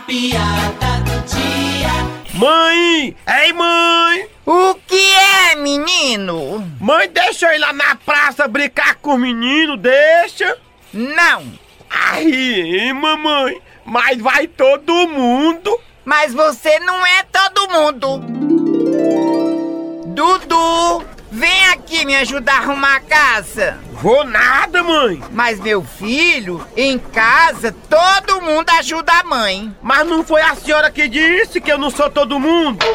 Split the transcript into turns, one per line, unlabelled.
piada do dia.
Mãe! Ei, mãe!
O que é, menino?
Mãe, deixa eu ir lá na praça brincar com os meninos, deixa!
Não,
Aí, mamãe! Mas vai todo mundo!
mas você não é todo mundo. Dudu, vem aqui me ajudar a arrumar a casa.
Vou nada, mãe!
Mas meu filho, em casa todo mundo ajuda a mãe.
Mas não foi a senhora que disse que eu não sou todo mundo?